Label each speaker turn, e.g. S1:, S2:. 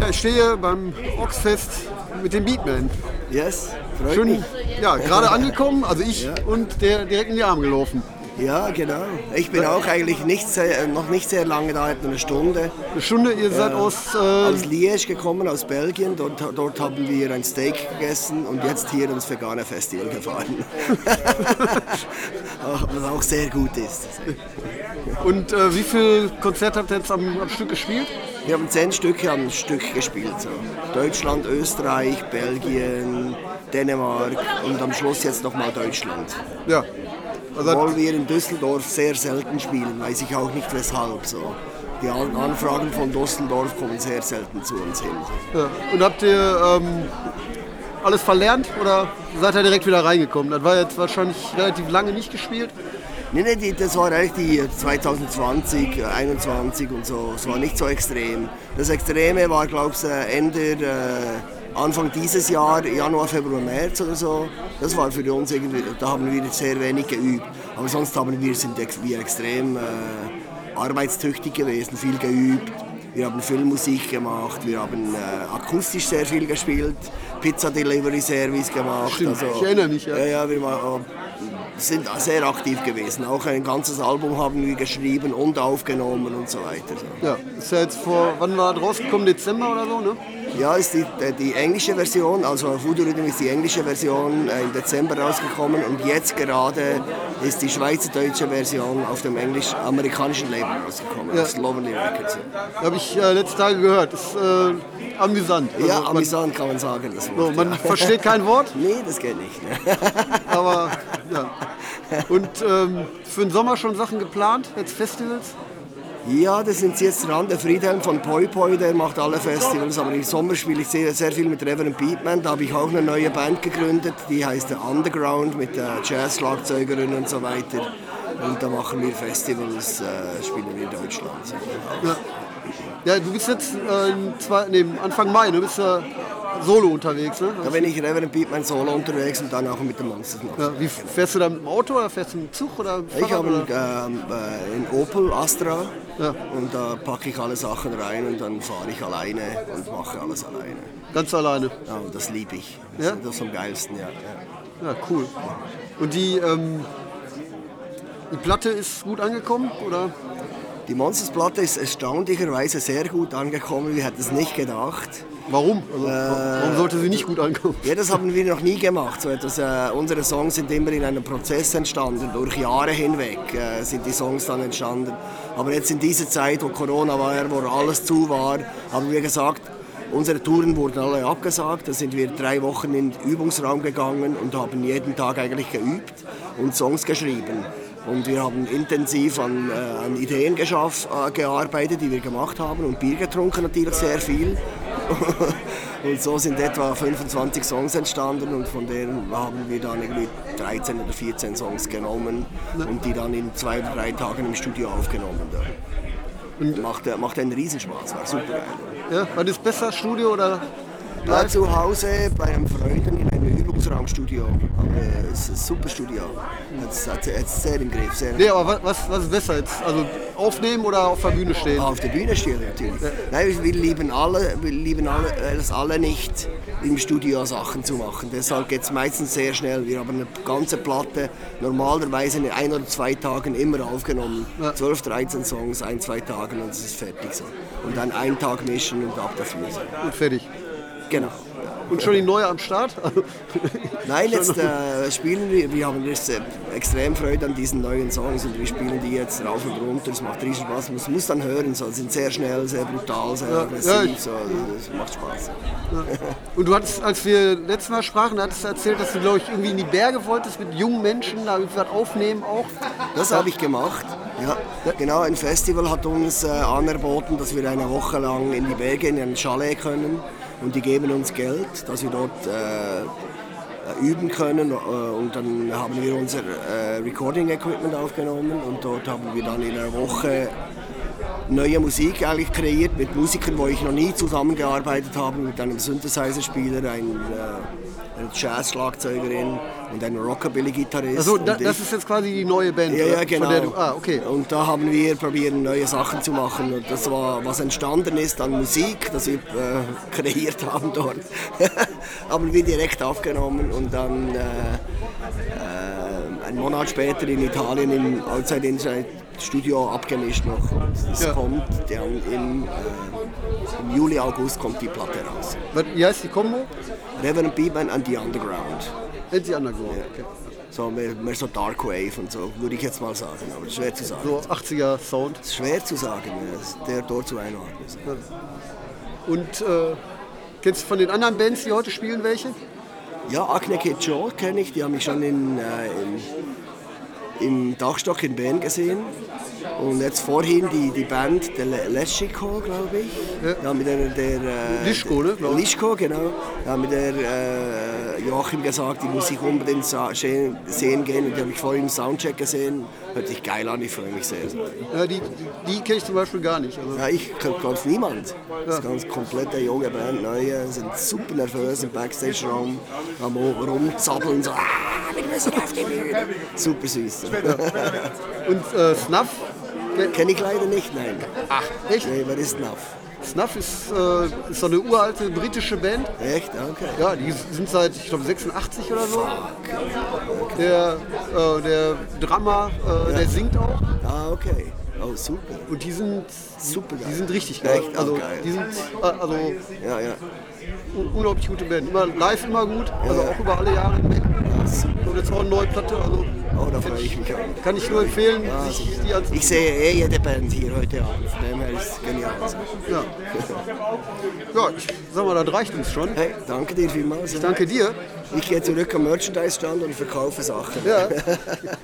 S1: Ja, ich stehe beim Oxfest mit dem Beatman.
S2: Yes, freut
S1: Schön,
S2: mich.
S1: ja, gerade angekommen, also ich
S2: Ja.
S1: und der direkt in die Arme gelaufen.
S2: Ja, genau. Ich bin auch eigentlich nicht sehr, äh, noch nicht sehr lange da, etwa eine Stunde.
S1: Eine Stunde, ihr seid aus, äh,
S2: Aus Liège gekommen, aus Belgien. Dort, dort haben wir ein Steak gegessen und jetzt hier ins Veganer Festival gefahren. Auch- Was auch sehr gut ist.
S1: und äh, wie viel Konzerte habt ihr jetzt am, am Stück gespielt?
S2: Wir haben zehn Stücke am Stück gespielt. So. Deutschland, Österreich, Belgien, Dänemark und am Schluss jetzt nochmal Deutschland.
S1: Ja. Also,
S2: Obwohl wir in Düsseldorf sehr selten spielen, weiß ich auch nicht weshalb. So. Die An- Anfragen von Düsseldorf kommen sehr selten zu uns hin.
S1: ja. Und habt ihr ähm, alles verlernt oder seid ihr direkt wieder reingekommen? Das war jetzt wahrscheinlich relativ lange nicht gespielt.
S2: Nee, nee, die, das war eigentlich die 2020, äh, 21 und so. Es war nicht so extrem. Das Extreme war, glaube ich, äh, Ende, äh, Anfang dieses Jahr, Januar, Februar, März oder so. Das war für uns irgendwie, da haben wir sehr wenig geübt. Aber sonst haben wir, sind ex- wir extrem äh, arbeitstüchtig gewesen, viel geübt. Wir haben Filmmusik gemacht, wir haben äh, akustisch sehr viel gespielt, Pizza Delivery Service gemacht. also
S1: Stimmt, ich erinnere mich, ja.
S2: ja, ja wir ma- sind sehr aktiv gewesen. Auch ein ganzes Album haben wir geschrieben und aufgenommen und so weiter.
S1: Ja, ist ja jetzt vor, wann war das rausgekommen? Dezember oder so, ne?
S2: Ja, ist die, äh, die englische Version, also Voodoo Rhythm ist die englische Version äh, im Dezember rausgekommen und jetzt gerade ist die schweizerdeutsche Version auf dem englisch-amerikanischen Label rausgekommen,
S1: Ja.
S2: auf Slovenly Records.
S1: Habe ich äh, letzte Tage gehört. Ist äh, amüsant. Also
S2: Ja,
S1: man,
S2: amüsant kann man sagen, das
S1: so,
S2: Wort.
S1: man
S2: ja.
S1: versteht kein Wort,
S2: Nee, das geht nicht. Ne?
S1: aber ja. Und ähm, für den Sommer schon Sachen geplant, jetzt Festivals?
S2: Ja, das sind sie jetzt dran. Der Friedhelm von Poi Poi, der macht alle Festivals, aber im Sommer spiele ich sehr, sehr viel mit Reverend Beatman. Da habe ich auch eine neue Band gegründet, die heißt der Underground mit der Jazz-Schlagzeugerin und so weiter. Und da machen wir Festivals, äh, spielen wir in Deutschland.
S1: Ja. Ja, du bist jetzt äh, im zwei, nee, Anfang Mai, ne? du bist ja solo unterwegs,
S2: Da
S1: ne?
S2: bin ich Reverend Beatman solo unterwegs und dann auch mit den Monsters noch.
S1: Ja, wie fährst du da mit dem Auto oder fährst du mit dem Zug oder mit dem
S2: Ich
S1: Fahrrad
S2: habe
S1: oder?
S2: ähm, äh, einen Opel Astra
S1: Ja.
S2: und da packe ich alle Sachen rein und dann fahre ich alleine und mache alles alleine.
S1: ganz alleine.
S2: Ja, und das liebe ich. Das
S1: Ja?
S2: ist das am geilsten, ja. ja.
S1: Ja, cool. Und die, ähm, die Platte ist gut angekommen, oder?
S2: Die Monsters-Platte ist erstaunlicherweise sehr gut angekommen. Wir hätten es nicht gedacht.
S1: Warum? Also,
S2: Äh.
S1: warum sollte sie nicht gut ankommen?
S2: Ja, das haben wir noch nie gemacht. So etwas, äh, unsere Songs sind immer in einem Prozess entstanden. Durch Jahre hinweg äh, sind die Songs dann entstanden. Aber jetzt in dieser Zeit, wo Corona war, wo alles zu war, haben wir gesagt, unsere Touren wurden alle abgesagt. Da sind wir drei Wochen in den Übungsraum gegangen und haben jeden Tag eigentlich geübt und Songs geschrieben. Und wir haben intensiv an, äh, an Ideen geschaff, äh, gearbeitet, die wir gemacht haben und Bier getrunken natürlich sehr viel. Und so sind etwa 25 Songs entstanden und von denen haben wir dann irgendwie 13 oder 14 Songs genommen und die dann in zwei oder drei Tagen im Studio aufgenommen. Da. Macht, äh, macht einen Riesenspaß, war super geil.
S1: Ja, was ist besser, Studio oder
S2: Da zu Hause bei einem Freund in einem Übungsraumstudio. Aber äh, es ist ein super Studio. Jetzt hat es sehr im Griff. Sehr
S1: Nee, aber wa- was, was ist besser jetzt? Also aufnehmen oder auf der Bühne stehen?
S2: Auf der Bühne stehen natürlich. Nein, wir lieben alle, wir lieben alle, äh, es alle nicht, im Studio Sachen zu machen. Deshalb geht es meistens sehr schnell. Wir haben eine ganze Platte normalerweise in ein oder zwei Tagen immer aufgenommen.
S1: Ja.
S2: 12, 13 Songs, ein, zwei Tagen und es ist fertig so. Und dann einen Tag mischen und ab dafür. So.
S1: Und fertig.
S2: Genau.
S1: Und schon die neue am Start?
S2: Nein, jetzt äh, spielen wir, wir haben jetzt äh, extrem Freude an diesen neuen Songs und wir spielen die jetzt rauf und runter, es macht riesen Spaß, man muss dann hören, so, sind sehr schnell, sehr brutal, sehr
S1: ja,
S2: aggressiv,
S1: ich-
S2: so, es macht Spaß.
S1: Und du hattest, als wir letztes Mal sprachen, hattest du erzählt, dass du, glaube ich, irgendwie in die Berge wolltest mit jungen Menschen, da irgendwie was aufnehmen auch.
S2: Das habe ich gemacht, ja. Genau, ein Festival hat uns äh, anerboten, dass wir eine Woche lang in die Berge in ein Chalet können und die geben uns Geld, dass wir dort äh, äh, üben können äh, und dann haben wir unser äh, Recording Equipment aufgenommen und dort haben wir dann in einer Woche neue Musik eigentlich kreiert mit Musikern, wo ich noch nie zusammengearbeitet habe, mit einem Synthesizer-Spieler, einem äh, einer Jazz-Schlagzeugerin und einem Rockabilly-Gitarrist.
S1: Also da,
S2: und ich.
S1: das ist jetzt quasi die neue Band.
S2: Ja,
S1: oder?
S2: ja, genau.
S1: Von der du, ah, okay.
S2: Und da haben wir probiert, neue Sachen zu machen. Und das war, was entstanden ist an Musik, das wir äh, kreiert haben dort. haben wir direkt aufgenommen und dann äh, äh, einen Monat später in Italien im Outside Inside Studio abgemischt noch. Und es
S1: Ja.
S2: kommt dann im, äh, im Juli, August kommt die Platte raus.
S1: Was, wie heißt die Combo?
S2: Reverend Beeman and the Underground.
S1: Etsy Underground. Okay.
S2: So, mehr, mehr so Dark Wave und so, würde ich jetzt mal sagen, aber schwer zu sagen.
S1: So 80er Sound.
S2: Es ist schwer zu sagen, wer es- der dort zu einordnen ist.
S1: Und äh, kennst du von den anderen Bands, die heute spielen, welche?
S2: Ja, Acne Kid Joe kenne ich, die haben mich schon in, äh, im, im Dachstock in Bern gesehen. Und jetzt vorhin die, die Band, der Le- Leschiko, glaube ich.
S1: Ja.
S2: Ja. mit der, der, äh,
S1: Lischko, ne, glaub ich.
S2: Lischko, genau. Ja, mit der äh, Joachim gesagt, die muss ich unbedingt sa- sehen sehen gehen. Und die habe ich vorhin im Soundcheck gesehen. Hört sich geil an, ich freue mich sehr.
S1: Ja, Äh, die die kenne ich zum Beispiel gar nicht. Also,
S2: Ja, ich glaube niemand. Das ist ganz komplett eine junge Band, neue, sind super nervös im Backstage-Raum, am oben rumzappeln, so, ah, wir müssen auf die Bühne. Super süß.
S1: Und äh, Snuff? Ke-
S2: Kenne ich leider nicht, nein.
S1: Ach, echt?
S2: Nee, wer ist Naff?
S1: Snuff ist, äh, ist so eine uralte britische Band.
S2: Echt? Ah, Okay.
S1: Ja, die sind seit, ich glaube, 86 oder so. Der, äh, der Drama, äh, der singt auch.
S2: Ah, okay. Oh, super.
S1: Und die sind,
S2: Super geil.
S1: die sind richtig geil.
S2: Echt? Oh,
S1: Also,
S2: geil.
S1: die sind äh, also,
S2: Ja, ja.
S1: un- unglaublich gute Band. Immer live immer gut, also auch über alle Jahre hinweg. Und jetzt auch eine neue Platte. Also,
S2: Ah, Oh, da freue ich mich auch.
S1: kann ich nur empfehlen, sich die anzuhören.
S2: Ah. Ich sehe eh jede Band hier heute Abend. Von dem her ist es genial.
S1: Ja. ja, ich sag mal, das reicht uns schon.
S2: Hey, danke dir vielmals.
S1: Danke dir.
S2: Ich gehe zurück am Merchandise-Stand und verkaufe Sachen.
S1: Ja.